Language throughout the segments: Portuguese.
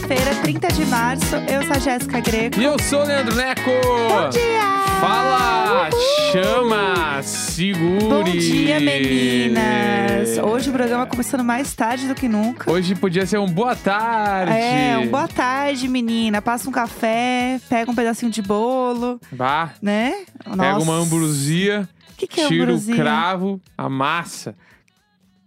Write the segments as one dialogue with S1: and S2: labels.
S1: um 30 é de março. Eu sou a Jéssica Greco.
S2: E eu sou o Leandro Neco.
S1: Bom dia!
S2: Fala, chama, segure.
S1: Bom dia, meninas! Hoje o programa tá começando mais tarde do que nunca.
S2: Hoje podia ser um boa tarde.
S1: É, um boa tarde, menina. Passa um café, pega um pedacinho de bolo,
S2: Bah,
S1: né?
S2: pega uma ambrosia,
S1: Que que é
S2: tira
S1: ambrosia?
S2: o cravo, amassa.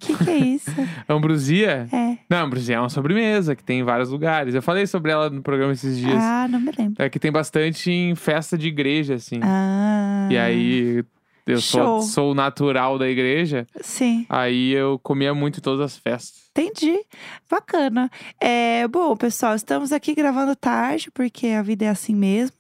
S1: Que que é isso?
S2: Ambrosia?
S1: É.
S2: Não, ambrosia é uma sobremesa que tem em vários lugares. Eu falei sobre ela no programa esses dias.
S1: Ah, não me lembro.
S2: É que tem bastante em festa de igreja, assim.
S1: Ah.
S2: E aí, eu
S1: Show.
S2: sou, sou o natural da igreja,
S1: Sim.
S2: aí eu comia muito em todas as festas.
S1: Entendi. Bacana. É, bom, pessoal, estamos aqui gravando tarde, porque a vida é assim mesmo.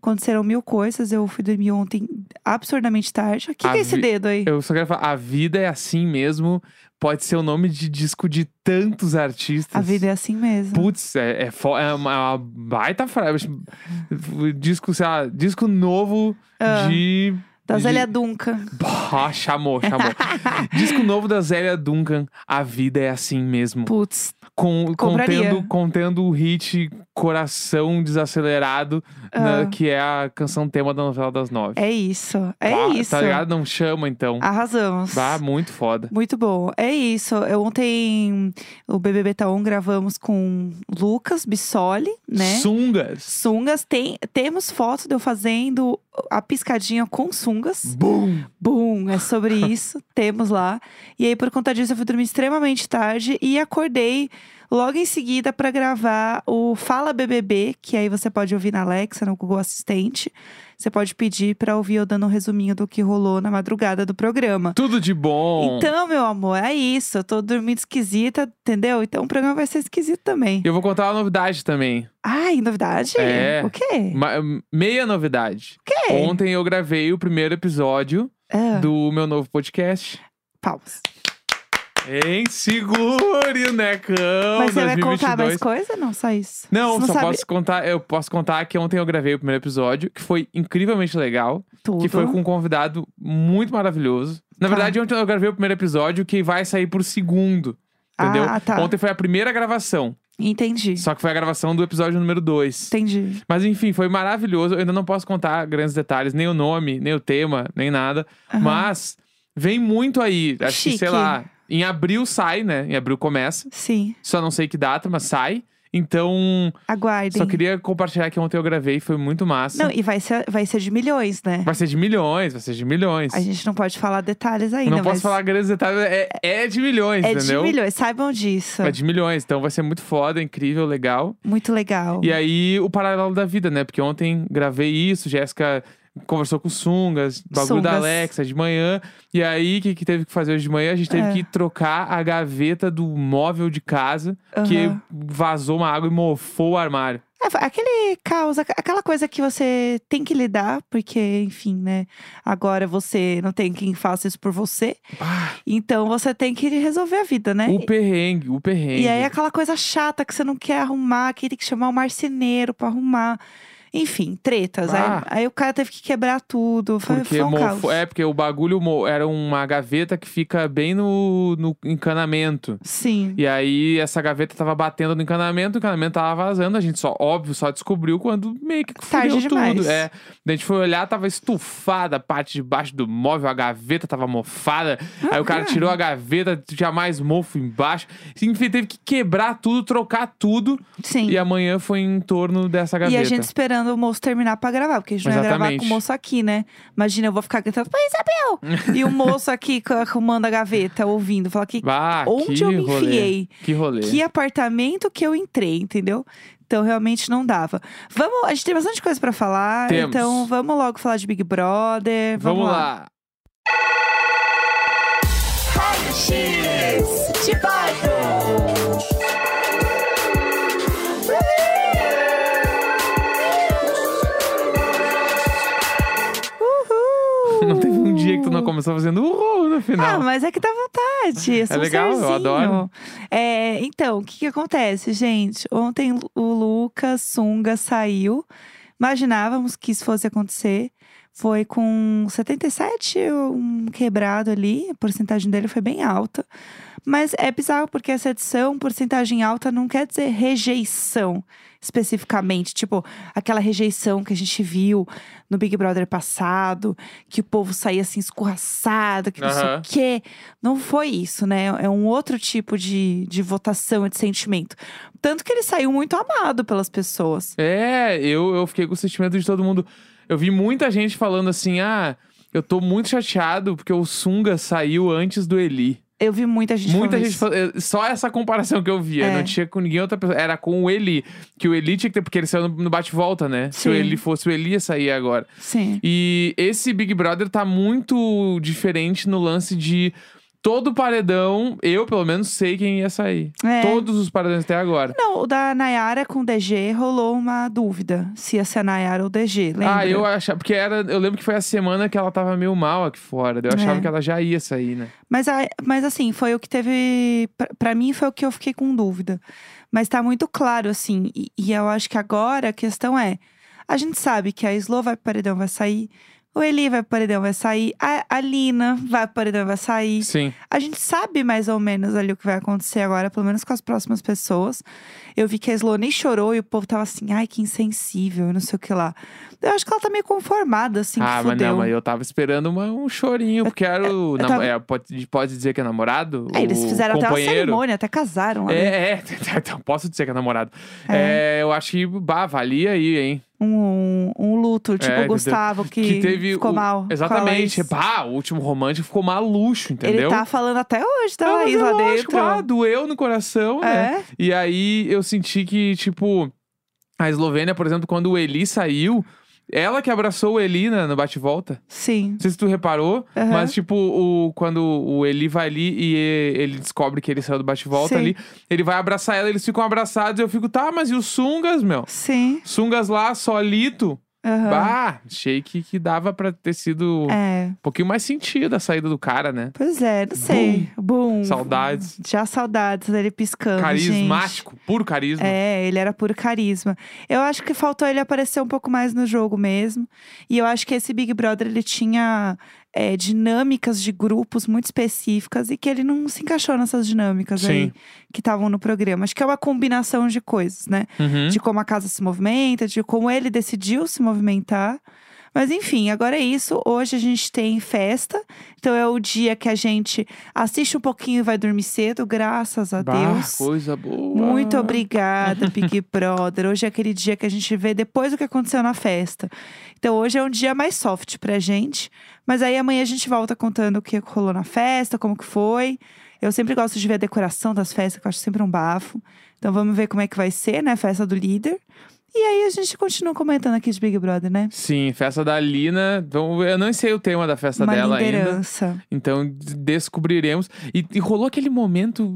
S1: Aconteceram mil coisas. Eu fui dormir ontem absurdamente tarde. O que,
S2: A
S1: que é esse
S2: vi-
S1: dedo aí?
S2: Eu só quero falar, a vida é assim mesmo. Pode ser o nome de disco de tantos artistas.
S1: A vida é assim mesmo.
S2: Putz, é, é, fo- é uma, é uma baita frase. O Disco, sei lá, disco novo
S1: Ah.
S2: de.
S1: Da
S2: de-
S1: Zélia Duncan.
S2: Bah, chamou, chamou. disco novo da Zélia Duncan. A vida é assim mesmo.
S1: Putz.
S2: Com,
S1: Compraria.
S2: contendo, contendo o hit Coração Desacelerado, na-
S1: Ah.
S2: que é a canção tema da novela das nove.
S1: É isso. É
S2: Bah,
S1: isso.
S2: Tá ligado? Não chama, então.
S1: Arrasamos.
S2: Bah, muito foda.
S1: Muito bom. É isso. Eu, ontem, o BBB Taon, gravamos com Lucas Bissoli, né?
S2: Sungas.
S1: Sungas. Tem, temos foto de eu fazendo a piscadinha com sungas.
S2: Boom!
S1: Bum, é sobre isso. Temos lá. E aí, por conta disso, eu fui dormir extremamente tarde e acordei logo em seguida para gravar o Fala BBB, que aí você pode ouvir na Alexa, no Google Assistente. Você pode pedir para ouvir eu dando um resuminho do que rolou na madrugada do programa.
S2: Tudo de bom.
S1: Então, meu amor, é isso. Eu tô dormindo esquisita, entendeu? Então o programa vai ser esquisito também.
S2: Eu vou contar uma novidade também.
S1: Ai, novidade?
S2: É.
S1: O quê?
S2: Ma- meia novidade.
S1: O quê?
S2: Ontem eu gravei o primeiro episódio
S1: Ah,
S2: do meu novo podcast.
S1: Pausa.
S2: Hein? Segure né, o Necão
S1: Mas você vai
S2: 2022.
S1: contar mais coisa? Não, só isso.
S2: Não,
S1: Você não
S2: só
S1: sabe
S2: posso contar. Eu posso contar que ontem eu gravei o primeiro episódio, que foi incrivelmente legal.
S1: tudo.
S2: Que foi com um convidado muito maravilhoso. Na
S1: Tá.
S2: verdade, ontem eu gravei o primeiro episódio que vai sair por segundo. Entendeu?
S1: Ah, tá.
S2: Ontem foi a primeira gravação.
S1: Entendi.
S2: Só que foi a gravação do episódio número 2.
S1: Entendi.
S2: Mas enfim, foi maravilhoso. Eu ainda não posso contar grandes detalhes, nem o nome, nem o tema, nem nada.
S1: Aham.
S2: Mas vem muito aí. Acho
S1: Chique.
S2: que, sei lá, em abril sai, né? Em abril começa.
S1: Sim,
S2: Só não sei que data, mas sai. Então,
S1: aguardem.
S2: só queria compartilhar que ontem eu gravei, foi muito massa.
S1: Não, e vai ser, vai ser de milhões, né?
S2: Vai ser de milhões, vai ser de milhões.
S1: A gente não pode falar detalhes
S2: Eu
S1: ainda,
S2: não posso
S1: mas
S2: falar grandes detalhes, é, é de milhões,
S1: é de
S2: entendeu?
S1: milhões, saibam disso.
S2: É de milhões, então vai ser muito foda, incrível, legal.
S1: Muito legal.
S2: E é aí, o paralelo da vida, né? Porque ontem gravei isso, Jéssica conversou com o Sungas, bagulho da
S1: Sungas.
S2: Alexa de manhã. E aí, o que, que teve que fazer hoje de manhã? A gente teve
S1: É.
S2: que trocar a gaveta do móvel de casa,
S1: Aham.
S2: que vazou uma água e mofou o armário.
S1: É, fa- aquele caos, aqu- aquela coisa que você tem que lidar, porque, enfim, né? Agora você não tem quem faça isso por você. Então você tem que resolver a vida, né?
S2: O perrengue, o perrengue.
S1: E aí aquela coisa chata que você não quer arrumar, que tem que chamar o marceneiro pra arrumar. Enfim, tretas. Aí-
S2: Ah.
S1: Aí, o cara teve que quebrar tudo. Foi,
S2: porque
S1: foi um
S2: mofou-
S1: caos.
S2: É, porque o bagulho mo- era uma gaveta que fica bem no, no encanamento.
S1: Sim.
S2: E aí, essa gaveta tava batendo no encanamento, o encanamento tava vazando. A gente só, óbvio, só descobriu quando meio que
S1: Tarde
S2: fudeu
S1: demais.
S2: tudo. É. Daí A gente foi olhar, tava estufada a parte de baixo do móvel, a gaveta tava mofada.
S1: Ah,
S2: aí o cara
S1: é.
S2: tirou a gaveta, tinha mais mofo embaixo. Enfim, teve que quebrar tudo, trocar tudo.
S1: Sim.
S2: E amanhã foi em torno dessa gaveta.
S1: E a gente esperando o moço terminar pra gravar, porque a gente não ia gravar
S2: Exatamente.
S1: com o moço aqui, né? Imagina, eu vou ficar gritando, pô, Isabel! e o moço aqui c- arrumando a gaveta, ouvindo, falar que,
S2: Bah,
S1: onde
S2: que
S1: eu me
S2: rolê.
S1: enfiei?
S2: Que rolê.
S1: que apartamento que eu entrei, entendeu? Então realmente não dava. Vamos, a gente tem bastante coisa pra falar,
S2: Temos.
S1: então vamos logo falar de Big Brother. é, Vamos, lá.
S2: Vamos lá.
S1: Uhul!
S2: Não teve um dia que
S1: Uh.
S2: tu não começou fazendo uhul no final. É
S1: Ah, mas é que dá vontade. Eu sou um
S2: legal, eu
S1: serzinho.
S2: adoro.
S1: É, então, o que, que acontece, gente? Ontem o Lucas Sunga saiu. Imaginávamos que isso fosse acontecer. Foi com 77, um quebrado ali. A porcentagem dele foi bem alta. Mas é bizarro, porque essa edição, porcentagem alta, não quer dizer rejeição especificamente. Tipo, aquela rejeição que a gente viu no Big Brother passado, que o povo saía assim escorraçado, que não sei
S2: Aham.
S1: o quê. Não foi isso, né? É um outro tipo de, de votação e de sentimento. Tanto que ele saiu muito amado pelas pessoas.
S2: É, eu, eu fiquei com o sentimento de todo mundo. Eu vi muita gente falando assim: ah, eu tô muito chateado porque o Sunga saiu antes do Eli.
S1: Eu vi muita gente
S2: Muita
S1: falando
S2: gente
S1: isso.
S2: falou, eh, Só essa comparação que eu via.
S1: É.
S2: Não tinha com ninguém outra pessoa. Era com o Eli. Que o Eli tinha que ter, porque ele saiu no, no bate-volta, né? Se o
S1: Sim.
S2: Eli fosse o Eli, ia sair agora.
S1: Sim.
S2: E esse Big Brother tá muito diferente no lance de todo paredão. Eu, pelo menos, sei quem ia sair.
S1: É.
S2: Todos os paredões até agora.
S1: Não, o da Nayara com o DG rolou uma dúvida. Se ia ser a Nayara ou o DG, lembra?
S2: Ah, eu achava. Porque era, eu lembro que foi a semana que ela tava meio mal aqui fora. daí Eu achava
S1: É.
S2: que ela já ia sair, né?
S1: Mas, a- mas assim, foi o que teve. pra- Pra mim, foi o que eu fiquei com dúvida. Mas tá muito claro, assim. E, e eu acho que agora a questão é: a gente sabe que a Slo vai pro paredão, vai sair. O Eli vai pro paredão, vai sair. A, a Lina vai pro paredão, vai sair.
S2: Sim.
S1: A gente sabe mais ou menos ali o que vai acontecer agora, pelo menos com as próximas pessoas. Eu vi que a Slo nem chorou e o povo tava assim, ai, que insensível, não sei o que lá. Eu acho que ela tá meio conformada, assim,
S2: ah,
S1: que
S2: mas
S1: fudeu.
S2: não, mas eu tava esperando uma- um chorinho, porque era o.
S1: eu
S2: nam-
S1: tava-
S2: é, pode, pode dizer que é namorado?
S1: Aí eles
S2: O
S1: fizeram até uma
S2: companheiro?
S1: cerimônia, né? até casaram lá. né?
S2: É, é, então, posso dizer que é namorado. É, eu acho que, bah, valia aí, hein?
S1: Um, um luto, tipo
S2: É,
S1: o Gustavo, que,
S2: teve
S1: ficou
S2: o-
S1: mal.
S2: Exatamente.
S1: Com a Laís.
S2: Bah, o último romântico ficou malucho, entendeu?
S1: é Ele tá falando até hoje da
S2: Ah, mas
S1: Laís
S2: é
S1: lá
S2: lógico,
S1: dentro.
S2: Ah, doeu no coração, né?
S1: É?
S2: E aí eu senti que, tipo, a Eslovênia, por exemplo, quando o Eli saiu, ela que abraçou o Eli na- no bate-volta.
S1: Sim.
S2: Não sei se tu reparou,
S1: Aham.
S2: mas tipo, o, quando o Eli vai ali e ele descobre que ele saiu do bate-volta
S1: Sim.
S2: ali, ele vai abraçar ela, eles ficam abraçados e eu fico, tá, mas e os sungas, meu?
S1: Sim.
S2: Sungas lá, solito.
S1: aham.
S2: Bah, achei que, que dava pra ter sido
S1: É.
S2: um pouquinho mais sentido a saída do cara, né?
S1: Pois é, não sei. Bom.
S2: Saudades.
S1: Já saudades dele piscando. Uhum, gente.
S2: Carismático, puro carisma.
S1: É, ele era puro carisma. Eu acho que faltou ele aparecer um pouco mais no jogo mesmo. E eu acho que esse Big Brother ele tinha é, dinâmicas de grupos muito específicas e que ele não se encaixou nessas dinâmicas
S2: Sim.
S1: aí que estavam no programa. Acho que é uma combinação de coisas, né?
S2: Uhum.
S1: De como a casa se movimenta, de como ele decidiu se movimentar. Mas enfim, agora é isso. Hoje a gente tem festa. Então é o dia que a gente assiste um pouquinho e vai dormir cedo, graças a
S2: Bah,
S1: Deus.
S2: coisa boa.
S1: Tipo, Muito obrigada, Big Brother. Hoje é aquele dia que a gente vê depois do que aconteceu na festa. Então hoje é um dia mais soft pra gente. Mas aí amanhã a gente volta contando o que rolou na festa, como que foi. Eu sempre gosto de ver a decoração das festas, que eu acho sempre um bafo. Então vamos ver como é que vai ser, né? Festa do líder. E aí a gente continua comentando aqui de Big Brother, né?
S2: Sim, festa da Lina. Então, eu não sei o tema da festa
S1: Uma
S2: dela ainda.
S1: liderança.
S2: Então d- descobriremos. E, e rolou aquele momento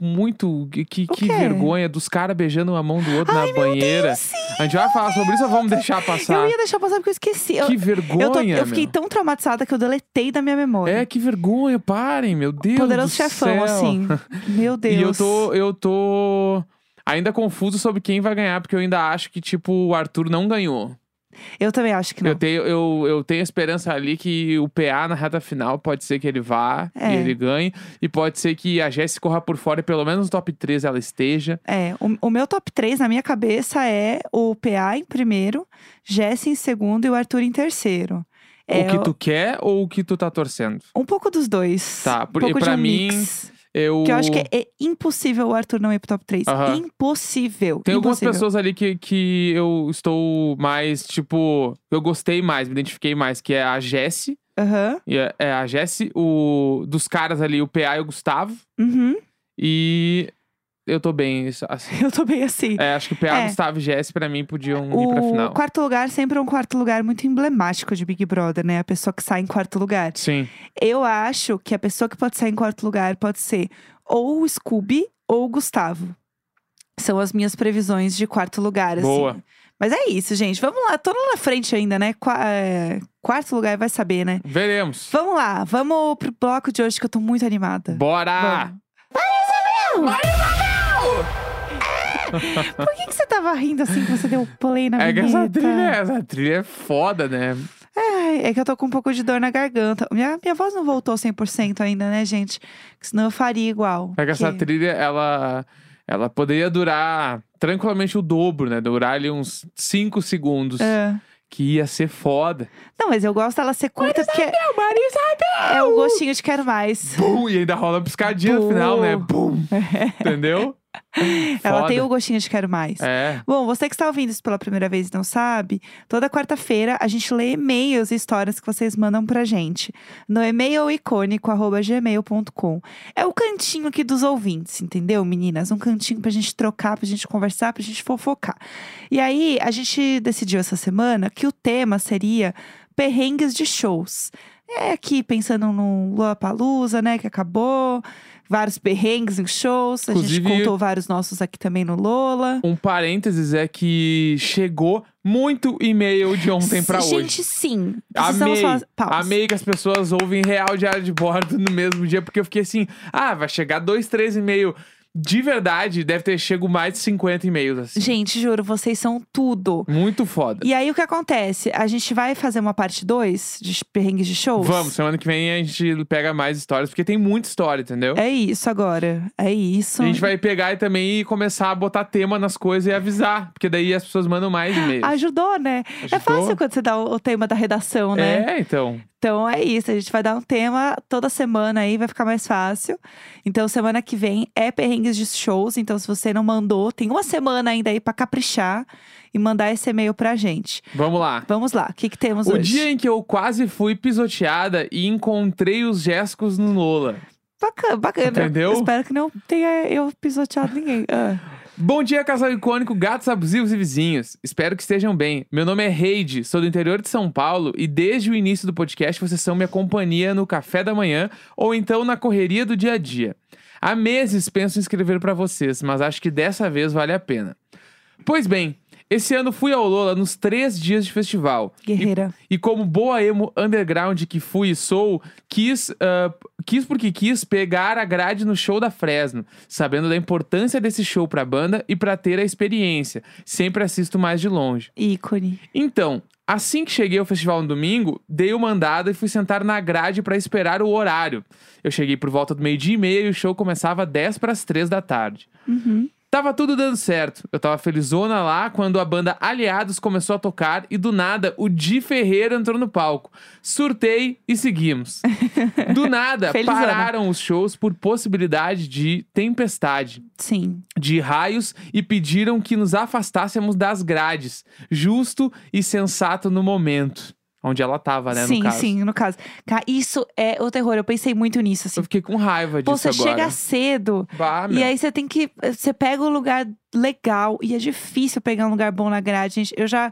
S2: muito. Que, que- que
S1: quê?
S2: vergonha dos caras beijando a mão do outro na banheira. a gente vai falar sobre isso ou vamos deixar passar?
S1: Eu ia deixar passar porque eu esqueci. Eu-
S2: Que
S1: eu,
S2: vergonha.
S1: tô- eu fiquei
S2: meu.
S1: tão traumatizada que eu deletei da minha memória.
S2: É, que vergonha, parem, meu Deus.
S1: Poderoso
S2: do
S1: chefão,
S2: céu.
S1: assim. Meu Deus.
S2: E eu tô, eu tô ainda confuso sobre quem vai ganhar, porque eu ainda acho que, tipo, o Arthur não ganhou.
S1: Eu também acho que não.
S2: Eu tenho, eu, eu tenho esperança ali que o PA na reta final pode ser que ele vá
S1: É.
S2: e ele ganhe. E pode ser que a Jéssica corra por fora e pelo menos no top 3 ela esteja.
S1: É, o, o meu top 3 na minha cabeça é o PA em primeiro, Jesse em segundo e o Arthur em terceiro. É
S2: o que
S1: eu-
S2: tu quer ou o que tu tá torcendo?
S1: um pouco dos dois.
S2: Tá, por-
S1: um pouco
S2: e pra
S1: de um
S2: mim,
S1: mix,
S2: Eu.
S1: Que eu acho que é, é impossível o Arthur não ir pro top 3.
S2: Aham.
S1: Impossível.
S2: Tem algumas
S1: impossível.
S2: pessoas ali que, que eu estou mais, tipo, eu gostei mais, me identifiquei mais, que é a Jesse.
S1: Aham.
S2: E é- É a Jesse, o dos caras ali, o PA e o Gustavo.
S1: Uhum.
S2: E eu tô bem. isso- Assim.
S1: Eu tô bem assim.
S2: É, acho que o PA,
S1: É.
S2: Gustavo e Jesse, pra mim, podiam ir pra
S1: O
S2: final.
S1: quarto lugar sempre é um quarto lugar muito emblemático de Big Brother, né? A pessoa que sai em quarto lugar.
S2: Sim.
S1: Eu acho que a pessoa que pode sair em quarto lugar pode ser ou o Scooby ou o Gustavo. São as minhas previsões de quarto lugar, assim.
S2: Boa.
S1: Mas é isso, gente. Vamos lá, tô lá na frente ainda, né? Qua- é, quarto lugar vai saber, né?
S2: Veremos.
S1: Vamos lá, vamos pro bloco de hoje que eu tô muito animada.
S2: Bora!
S1: Vamos. Por que, que você tava rindo assim que você deu play na
S2: É que essa
S1: vinheta?
S2: trilha, essa trilha é foda, né?
S1: É, Ai, é que eu tô com um pouco de dor na garganta. Minha, minha voz não voltou 100% ainda, né, gente? Porque senão eu faria igual.
S2: Pega É essa
S1: porque-
S2: trilha, ela, ela poderia durar tranquilamente o dobro, né? Durar ali uns 5 segundos.
S1: É.
S2: Que ia ser foda.
S1: Não, mas eu gosto dela ser curta porque
S2: Meu marido
S1: é o gostinho de quero mais.
S2: Bum! E ainda rola uma piscadinha no
S1: Bum.
S2: final, né? Bum! Entendeu?
S1: Ela
S2: Foda.
S1: tem o gostinho de quero mais.
S2: É.
S1: Bom, você que está ouvindo isso pela primeira vez e não sabe, toda quarta-feira a gente lê e-mails e histórias que vocês mandam pra gente no e-mail icônico@gmail.com. É o cantinho aqui dos ouvintes, entendeu, meninas? Um cantinho pra gente trocar, pra gente conversar, pra gente fofocar. E aí, a gente decidiu essa semana que o tema seria perrengues de shows. É aqui pensando no Lollapalooza, né, que acabou, vários perrengues em shows, a gente
S2: Inclusive-
S1: contou vários nossos aqui também no Lola.
S2: Um parênteses é que chegou muito e-mail de ontem pra
S1: Gente,
S2: hoje.
S1: sim. Precisamos
S2: Amei,
S1: falar- Pausas.
S2: amei que as pessoas ouvem real diário de bordo no mesmo dia, porque eu fiquei assim, ah, vai chegar dois, três e-mail. De verdade, deve ter chego mais de 50 e-mails, assim.
S1: Gente, juro, vocês são tudo.
S2: Muito foda.
S1: E aí, o que acontece? A gente vai fazer uma parte 2 de perrengues de shows?
S2: Vamos, semana que vem a gente pega mais histórias, porque tem muita história, entendeu?
S1: É isso agora. É isso.
S2: A gente vai pegar e também começar a botar tema nas coisas e avisar, porque daí as pessoas mandam mais e-mails.
S1: Ajudou, né? É
S2: Ajudou?
S1: fácil quando você dá o o tema da redação, né?
S2: É, então.
S1: Então é isso, a gente vai dar um tema toda semana aí, vai ficar mais fácil. Então semana que vem é perrengues de shows, então se você não mandou, tem uma semana ainda aí pra caprichar e mandar esse e-mail pra gente.
S2: Vamos lá.
S1: Vamos lá, o que, que temos
S2: O
S1: hoje?
S2: dia em que eu quase fui pisoteada e encontrei os Jescos no Lola.
S1: Bacana, bacana.
S2: Entendeu?
S1: Espero que não tenha eu pisoteado ninguém. Ah.
S2: Bom dia, casal icônico, gatos abusivos e vizinhos. Espero que estejam bem. Meu nome é Reide, sou do interior de São Paulo e desde o início do podcast vocês são minha companhia no café da manhã ou então na correria do dia a dia. Há meses penso em escrever pra vocês, mas acho que dessa vez vale a pena. Pois bem, esse ano fui ao Lola nos três dias de festival. E
S1: Guerreira.
S2: e como boa emo underground que fui e sou, quis, ah, quis porque quis pegar a grade no show da Fresno, sabendo da importância desse show pra banda e pra ter a experiência. Sempre assisto mais de longe.
S1: Ícone.
S2: Então, assim que cheguei ao festival no domingo, dei uma andada e fui sentar na grade pra esperar o horário. Eu cheguei por volta do meio-dia e meia e o show começava 10 para as 3 da tarde.
S1: Uhum.
S2: Tava tudo dando certo. Eu tava felizona lá quando a banda Aliados começou a tocar e do nada o Di Ferreira entrou no palco. Surtei e seguimos. Do nada
S1: Felizona.
S2: pararam os shows por possibilidade de tempestade,
S1: Sim.
S2: de raios e pediram que nos afastássemos das grades. Justo e sensato no momento. Onde ela tava, né?
S1: sim,
S2: no caso.
S1: sim, no caso. Cara, isso é o terror. Eu pensei muito nisso, assim.
S2: Eu fiquei com raiva
S1: Pô,
S2: disso
S1: você
S2: agora.
S1: chega cedo
S2: Bah, meu.
S1: e aí você tem que. Você pega um lugar legal e é difícil pegar um lugar bom na grade, gente. Eu já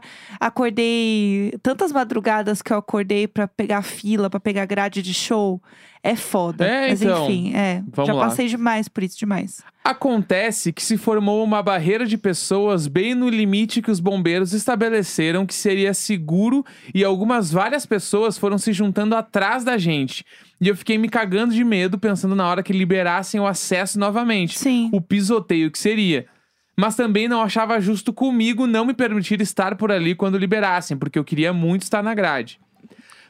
S1: acordei tantas madrugadas que eu acordei pra pegar fila, pra pegar grade de show. É foda.
S2: É,
S1: Mas
S2: então.
S1: enfim, é.
S2: Vamos
S1: já
S2: lá.
S1: passei demais por isso, demais.
S2: Acontece que se formou uma barreira de pessoas bem no limite que os bombeiros estabeleceram que seria seguro e algumas várias pessoas foram se juntando atrás da gente. E eu fiquei me cagando de medo pensando na hora que liberassem o acesso novamente
S1: Sim.
S2: o pisoteio que seria. Mas também não achava justo comigo não me permitir estar por ali quando liberassem, porque eu queria muito estar na grade.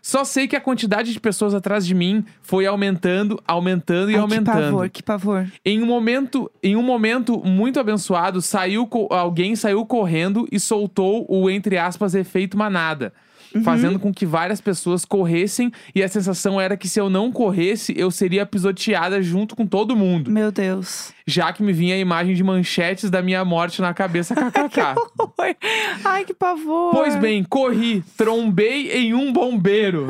S2: Só sei que a quantidade de pessoas atrás de mim foi aumentando, aumentando e
S1: Ai,
S2: aumentando.
S1: Que pavor, que pavor.
S2: Em um momento, em um momento muito abençoado, saiu co- alguém saiu correndo e soltou o entre aspas efeito manada, fazendo com que várias pessoas corressem e a sensação era que se eu não corresse, eu seria pisoteada junto com todo mundo,
S1: Meu Deus.
S2: já que me vinha a imagem de manchetes da minha morte na cabeça, kkk.
S1: Horror. Ai, que pavor.
S2: Pois bem, corri, trombei em um bombeiro.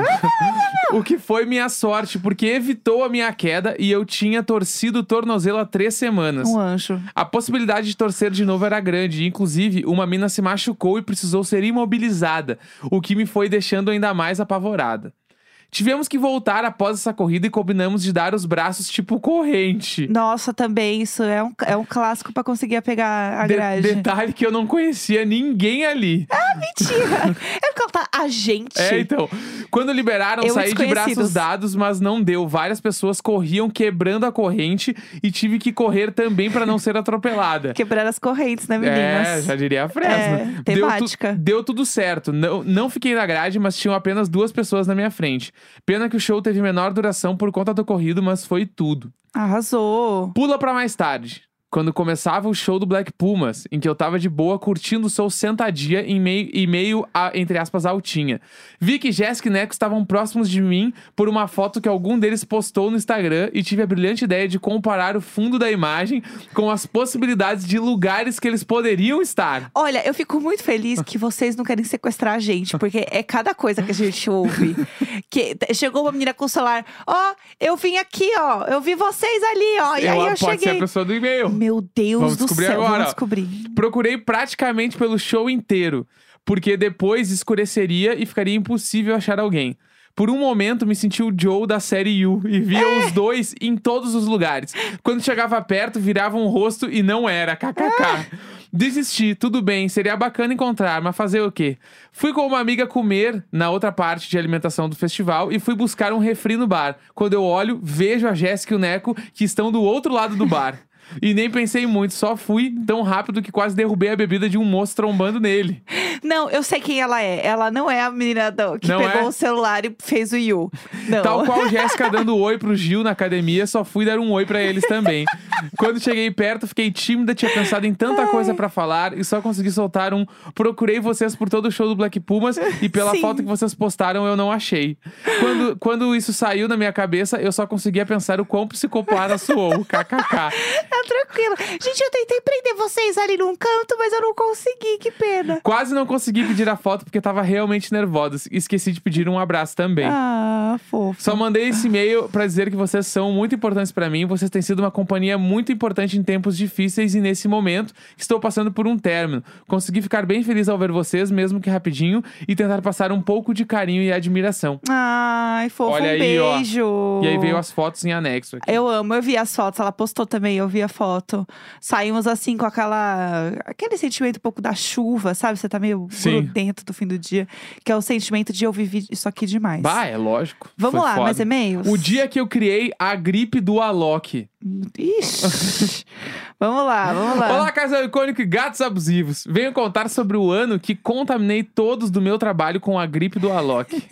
S2: o que foi minha sorte, porque evitou a minha queda e eu tinha torcido o tornozelo há três semanas.
S1: Um anjo.
S2: A possibilidade de torcer de novo era grande. Inclusive, uma mina se machucou e precisou ser imobilizada, o que me foi deixando ainda mais apavorada. Tivemos que voltar após essa corrida e combinamos de dar os braços tipo corrente.
S1: Nossa, também isso é um, é um clássico pra conseguir pegar a
S2: De-
S1: grade.
S2: detalhe que eu não conhecia ninguém ali.
S1: Mentira! é porque ela tá a gente.
S2: É, então. Quando liberaram,
S1: Eu,
S2: saí de braços
S1: desconhecidos.
S2: dados, mas não deu. Várias pessoas corriam quebrando a corrente e tive que correr também pra não ser atropelada.
S1: Quebrar as correntes, né,
S2: É,
S1: meninas?
S2: já diria a Fresno.
S1: É,
S2: deu,
S1: temática.
S2: deu tudo certo. Não, não fiquei na grade, mas tinham apenas duas pessoas na minha frente. Pena que o show teve menor duração por conta do corrido, mas foi tudo.
S1: Arrasou.
S2: Pula pra mais tarde. Quando começava o show do Black Pumas, em que eu tava de boa curtindo o sol sentadinha em meio, e meio a, entre aspas, altinha. Vi que Jéssica e Neco estavam próximos de mim por uma foto que algum deles postou no Instagram e tive a brilhante ideia de comparar o fundo da imagem com as possibilidades de lugares que eles poderiam estar.
S1: Olha, eu fico muito feliz que vocês não querem sequestrar a gente, porque é cada coisa que a gente ouve. que t- chegou uma menina com o celular, ó, eu vim aqui, ó, eu vi vocês ali, ó, e aí
S2: Ela
S1: eu
S2: pode ser a
S1: cheguei.
S2: pessoa do e-mail.
S1: Meu Deus
S2: Vamos
S1: do
S2: descobrir
S1: céu,
S2: agora.
S1: vamos descobrir.
S2: Procurei praticamente pelo show inteiro, porque depois escureceria e ficaria impossível achar alguém. Por um momento me senti o Joe da série U e via os dois em todos os lugares. Quando chegava perto, virava um rosto e não era, kkk. Desisti, tudo bem, seria bacana encontrar, mas fazer o quê? Fui com uma amiga comer na outra parte de alimentação do festival e fui buscar um refri no bar. Quando eu olho, vejo a Jéssica e o Neco que estão do outro lado do bar. E nem pensei muito, só fui tão rápido que quase derrubei a bebida de um moço trombando nele.
S1: Não, eu sei quem ela é. Ela não é a menina do- que
S2: Não
S1: pegou
S2: é?
S1: o celular e fez o Yu. Não.
S2: Tal qual Jéssica dando oi pro Gil na academia, só fui dar um oi pra eles também. Quando cheguei perto, fiquei tímida, tinha pensado em tanta coisa pra falar e só consegui soltar um procurei vocês por todo o show do Black Pumas e pela
S1: Sim.
S2: foto que vocês postaram eu não achei. Quando, quando isso saiu na minha cabeça, eu só conseguia pensar o quão psicopata suou, kkk.
S1: Tá tranquilo. Gente, eu tentei prender vocês ali num canto, mas eu não consegui, que pena.
S2: Quase não consegui pedir a foto porque tava realmente nervosa. Esqueci de pedir um abraço também.
S1: Ah, fofo.
S2: Só mandei esse e-mail pra dizer que vocês são muito importantes pra mim. Vocês têm sido uma companhia muito importante em tempos difíceis e nesse momento estou passando por um término. Consegui ficar bem feliz ao ver vocês, mesmo que rapidinho, e tentar passar um pouco de carinho e admiração.
S1: Ai, fofo,
S2: Olha
S1: um
S2: aí, ó.
S1: beijo.
S2: E aí veio as fotos em anexo aqui.
S1: Eu amo, eu vi as fotos, ela postou também, eu vi a foto. Saímos assim com aquela. aquele sentimento um pouco da chuva, sabe? Você tá meio
S2: Sim.
S1: grudento do fim do dia, que é o sentimento de eu vivi isso aqui demais.
S2: Bah, é lógico.
S1: Vamos
S2: Foi
S1: lá, é
S2: foda.
S1: mais e-mails?
S2: O dia que eu criei a gripe do Alok.
S1: Ixi. vamos lá, vamos lá.
S2: Olá, casal icônico e gatos abusivos. Venho contar sobre o ano que contaminei todos do meu trabalho com a gripe do Alok.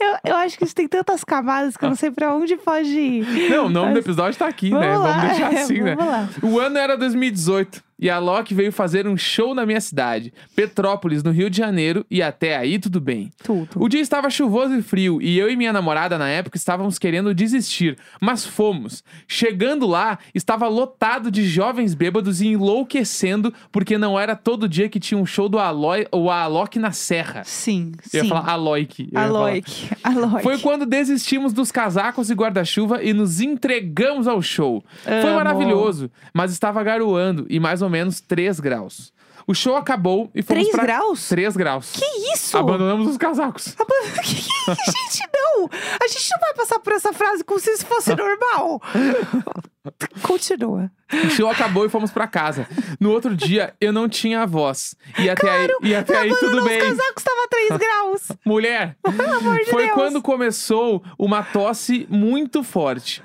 S1: Eu, eu acho que isso tem tantas camadas que eu não sei pra onde pode ir.
S2: Não, o nome do
S1: Mas-
S2: episódio tá aqui,
S1: Vamos
S2: né?
S1: lá, é,
S2: Vamos deixar assim, né?
S1: vamos lá.
S2: O ano era 2018 e a Loki veio fazer um show na minha cidade, Petrópolis, no Rio de Janeiro, e até aí tudo bem.
S1: Tudo.
S2: O dia estava chuvoso e frio, e eu e minha namorada na época estávamos querendo desistir, mas fomos. Chegando lá, estava lotado de jovens bêbados e enlouquecendo, porque não era todo dia que tinha um show do Aloy, o Alok na Serra.
S1: Sim,
S2: Eu ia
S1: sim.
S2: falar Aloyk. eu ia falar.
S1: Aloyk, Aloyk.
S2: Foi quando desistimos dos casacos e guarda-chuva e nos entregamos ao show. Foi
S1: Amo.
S2: maravilhoso, mas estava garoando e mais ou menos 3 graus. O show acabou e fomos
S1: 3
S2: pra...
S1: graus?
S2: 3 graus.
S1: Que isso?
S2: Abandonamos os casacos.
S1: Abandon- Que- que- gente, não! A gente não vai passar por essa frase como se isso fosse normal. Continua.
S2: O show acabou e fomos pra casa. No outro dia, eu não tinha voz. E até aí, e até aí tudo
S1: Abandonou
S2: bem.
S1: Os casacos estavam 3 graus.
S2: Mulher,
S1: Pelo amor de
S2: foi
S1: Deus.
S2: quando começou uma tosse muito forte.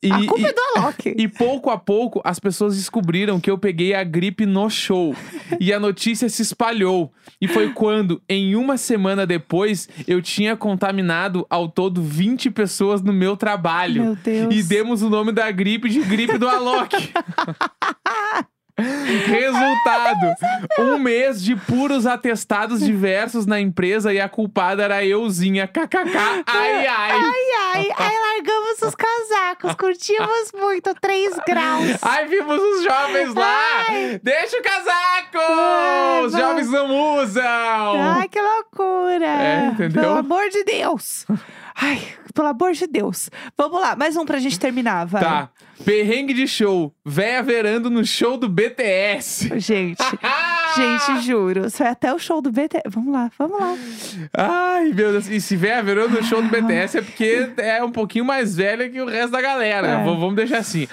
S2: E,
S1: A culpa
S2: e-
S1: é do Alok.
S2: E pouco a pouco as pessoas descobriram que eu peguei a gripe no show. E a notícia se espalhou. E foi quando, em uma semana depois, eu tinha contaminado ao todo 20 pessoas no meu trabalho.
S1: Meu Deus.
S2: E demos o nome da gripe de gripe do Alok. Resultado: um mês de puros atestados diversos na empresa e a culpada era euzinha. KKK, ai, ai.
S1: Ai, ai, ai, largamos os casacos. Curtimos muito, 3 graus.
S2: Ai, vimos os jovens lá! Deixa o casaco!
S1: Ai,
S2: os
S1: vai.
S2: jovens não usam!
S1: Ai, que loucura!
S2: É, entendeu?
S1: Pelo amor de Deus! Ai, pelo amor de Deus. Vamos lá, mais um pra gente terminar, vai.
S2: Tá. Perrengue de show. Véia verando no show do BTS.
S1: Gente. Gente, juro. Isso é até o show do BTS. Vamos lá, vamos lá.
S2: Ai, meu Deus. E se vier a Verona no show do BTS é porque é um pouquinho mais velha que o resto da galera.
S1: É.
S2: V- Vamos deixar assim.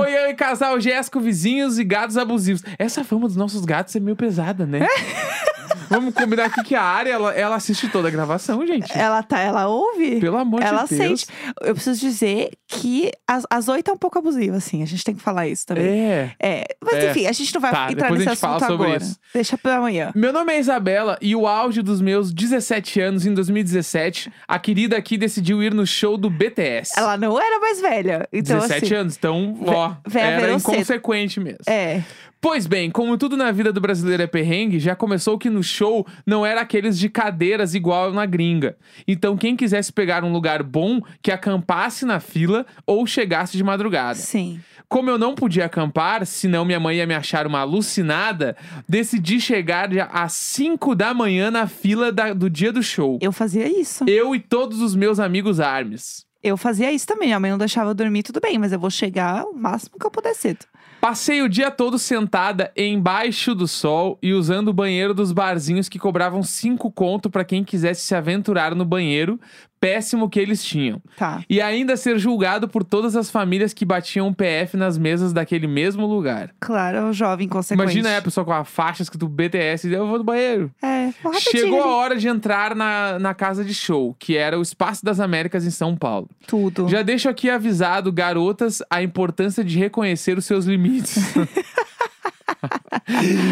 S2: Oi, eu e casal Jéssico, vizinhos e gatos abusivos. Essa fama dos nossos gatos é meio pesada, né?
S1: É.
S2: Vamos combinar aqui que a área ela, ela assiste toda a gravação, gente.
S1: Ela tá, ela ouve?
S2: Pelo amor
S1: ela
S2: de Deus.
S1: sente. Eu preciso dizer que as- as oito é um pouco abusiva, assim. A gente tem que falar isso também.
S2: É.
S1: É, mas
S2: É.
S1: enfim, a gente não vai
S2: Tá,
S1: entrar
S2: depois a
S1: nesse
S2: gente fala
S1: assunto
S2: sobre
S1: agora.
S2: isso.
S1: Deixa pra amanhã.
S2: Meu nome é Isabela e o auge dos meus 17 anos em 2017, a querida aqui decidiu ir no show do BTS.
S1: Ela não era mais velha. Então,
S2: 17
S1: assim.
S2: anos, então, ó,
S1: Ve- Vera
S2: era
S1: Verão cedo.
S2: inconsequente mesmo.
S1: É.
S2: Pois bem, como tudo na vida do brasileiro é perrengue, já começou que no show não era aqueles de cadeiras igual na gringa. Então, quem quisesse pegar um lugar bom, que acampasse na fila ou chegasse de madrugada.
S1: Sim.
S2: Como eu não podia acampar, senão minha mãe ia me achar uma alucinada, decidi chegar já às 5 da manhã na fila da- do dia do show.
S1: Eu fazia isso.
S2: Eu e todos os meus amigos armes.
S1: Eu fazia isso também. Minha mãe não deixava eu dormir, tudo bem, mas eu vou chegar o máximo que eu puder cedo.
S2: Passei o dia todo sentada embaixo do sol e usando o banheiro dos barzinhos que cobravam 5 conto pra quem quisesse se aventurar no banheiro, péssimo que eles tinham.
S1: Tá.
S2: E ainda ser julgado por todas as famílias que batiam PF nas mesas daquele mesmo lugar.
S1: Claro, é um jovem consequente.
S2: Imagina aí a pessoa com a faixa escrito BTS e eu vou no banheiro.
S1: É, vou rapidinho
S2: Chegou a
S1: ali.
S2: hora de entrar na, na casa de show, que era o Espaço das Américas em São Paulo.
S1: tudo.
S2: Já deixo aqui avisado, garotas, a importância de reconhecer os seus limites.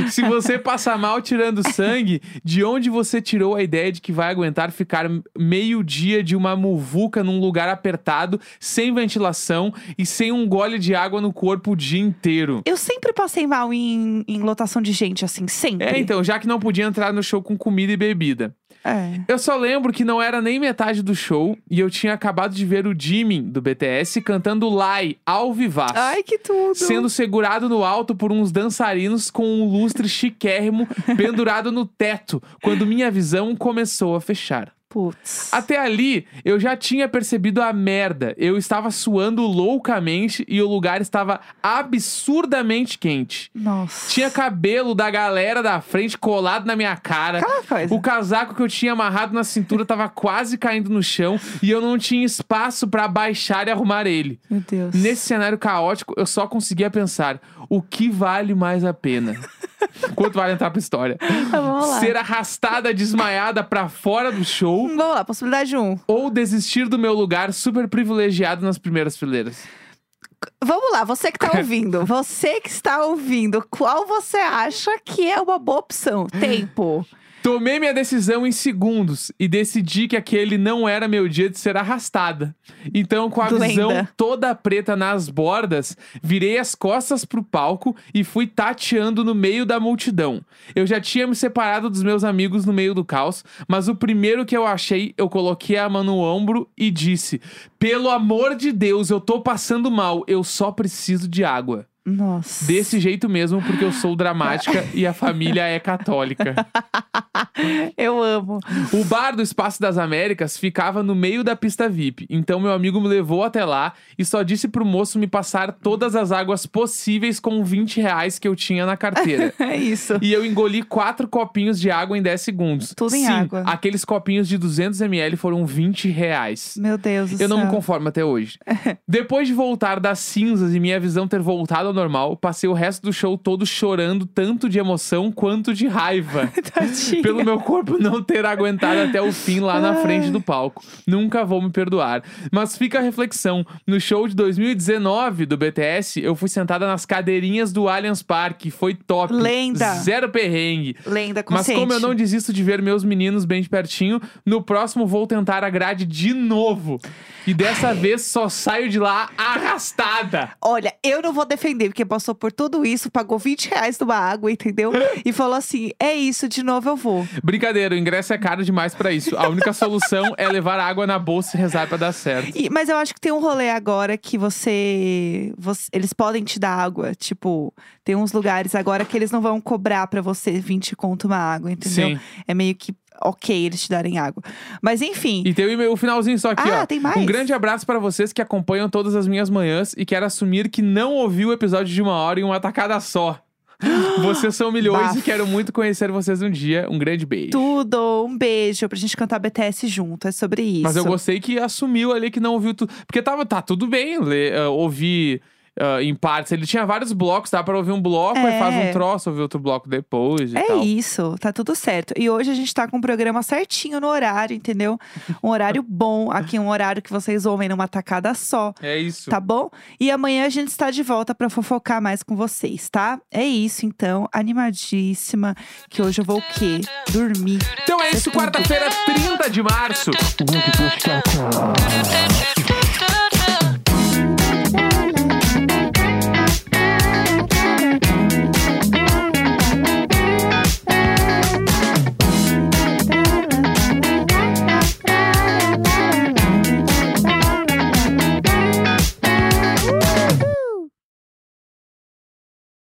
S2: Se você passa mal tirando sangue, de onde você tirou a ideia de que vai aguentar ficar meio dia de uma muvuca num lugar apertado, sem ventilação e sem um gole de água no corpo o dia inteiro?
S1: Eu sempre passei mal em, em lotação de gente, assim, sempre.
S2: É, então, já que não podia entrar no show com comida e bebida.
S1: É.
S2: Eu só lembro que não era nem metade do show e eu tinha acabado de ver o Jimin, do BTS, cantando Lai, ao vivaço.
S1: Ai, que tudo.
S2: Sendo segurado no alto por uns dançarinos com um lustre chiquérrimo pendurado no teto, quando minha visão começou a fechar.
S1: Putz.
S2: Até ali, eu já tinha percebido a merda. Eu estava suando loucamente e o lugar estava absurdamente quente.
S1: Nossa.
S2: Tinha cabelo da galera da frente colado na minha cara.
S1: Aquela coisa.
S2: O casaco que eu tinha amarrado na cintura tava quase caindo no chão e eu não tinha espaço pra baixar e arrumar ele.
S1: Meu Deus.
S2: Nesse cenário caótico, eu só conseguia pensar: o que vale mais a pena? Quanto vale entrar pra história?
S1: Vamos lá.
S2: Ser arrastada, desmaiada pra fora do show
S1: Vamos lá, possibilidade 1. Um.
S2: ou desistir do meu lugar super privilegiado nas primeiras fileiras?
S1: Vamos lá, você que tá ouvindo. Você que está ouvindo, qual você acha que é uma boa opção? Tempo.
S2: Tomei minha decisão em segundos e decidi que aquele não era meu dia de ser arrastada. Então, com a
S1: Doenda.
S2: visão toda preta nas bordas, virei as costas pro palco e fui tateando no meio da multidão. Eu já tinha me separado dos meus amigos no meio do caos, mas o primeiro que eu achei, eu coloquei a mão no ombro e disse: Pelo amor de Deus, eu tô passando mal, eu só preciso de água.
S1: Nossa.
S2: Desse jeito mesmo, porque eu sou dramática e a família é católica.
S1: Eu amo.
S2: O bar do Espaço das Américas ficava no meio da pista VIP, então meu amigo me levou até lá e só disse pro moço me passar todas as águas possíveis com 20 reais que eu tinha na carteira.
S1: É isso.
S2: E eu engoli quatro copinhos de água em 10 segundos.
S1: Tudo em
S2: Sim,
S1: água.
S2: Aqueles copinhos de 200ml foram 20 reais.
S1: Meu Deus do
S2: Eu não me
S1: céu.
S2: conformo até hoje. Depois de voltar das cinzas e minha visão ter voltado ao normal, passei o resto do show todo chorando, tanto de emoção quanto de raiva
S1: Tadinha.
S2: pelo meu corpo não ter aguentado até o fim lá na frente do palco. Nunca vou me perdoar. Mas fica a reflexão: no show de 2019 do BTS, eu fui sentada nas cadeirinhas do Allianz Parque. Foi top.
S1: Lenda.
S2: Zero perrengue.
S1: Lenda
S2: Mas
S1: consciente.
S2: como eu não desisto de ver meus meninos bem de pertinho, no próximo vou tentar a grade de novo. E dessa vez só saio de lá arrastada.
S1: Olha, eu não vou defender, porque passou por tudo isso, pagou 20 reais numa água, entendeu? E falou assim: é isso, de novo eu vou.
S2: Brincadeira, o ingresso é caro demais pra isso. A única solução é levar água na bolsa e rezar pra dar certo.
S1: E- mas eu acho que tem um rolê agora que você, você- Eles podem te dar água. Tipo, tem uns lugares agora que eles não vão cobrar pra você 20 conto uma água, entendeu?
S2: Sim.
S1: É meio que ok eles te darem água. Mas enfim.
S2: E tem o e-mail- o finalzinho só aqui,
S1: Ah,
S2: ó.
S1: tem mais?
S2: Um grande abraço pra vocês que acompanham todas as minhas manhãs e quero assumir que não ouvi o episódio de uma hora em uma tacada só. Vocês são milhões
S1: Bafo.
S2: e quero muito conhecer vocês um dia. Um grande beijo.
S1: Tudo, um beijo pra gente cantar BTS junto. É sobre isso.
S2: Mas eu gostei que assumiu ali que não ouviu tudo. Porque tava, tá tudo bem ler, ah, ouvir ah, em partes. Ele tinha vários blocos, dá pra ouvir um bloco, aí
S1: É.
S2: faz um troço, ouvir outro bloco depois e
S1: É
S2: tal.
S1: isso, tá tudo certo. E hoje a gente tá com um programa certinho no horário, entendeu? Um horário bom, aqui um horário que vocês ouvem numa tacada só.
S2: É isso.
S1: Tá bom? E amanhã a gente está de volta para fofocar mais com vocês, tá? É isso então, animadíssima, que hoje eu vou o quê? Dormir.
S2: Então é isso, quarta-feira, 30 de março.
S3: Thank you.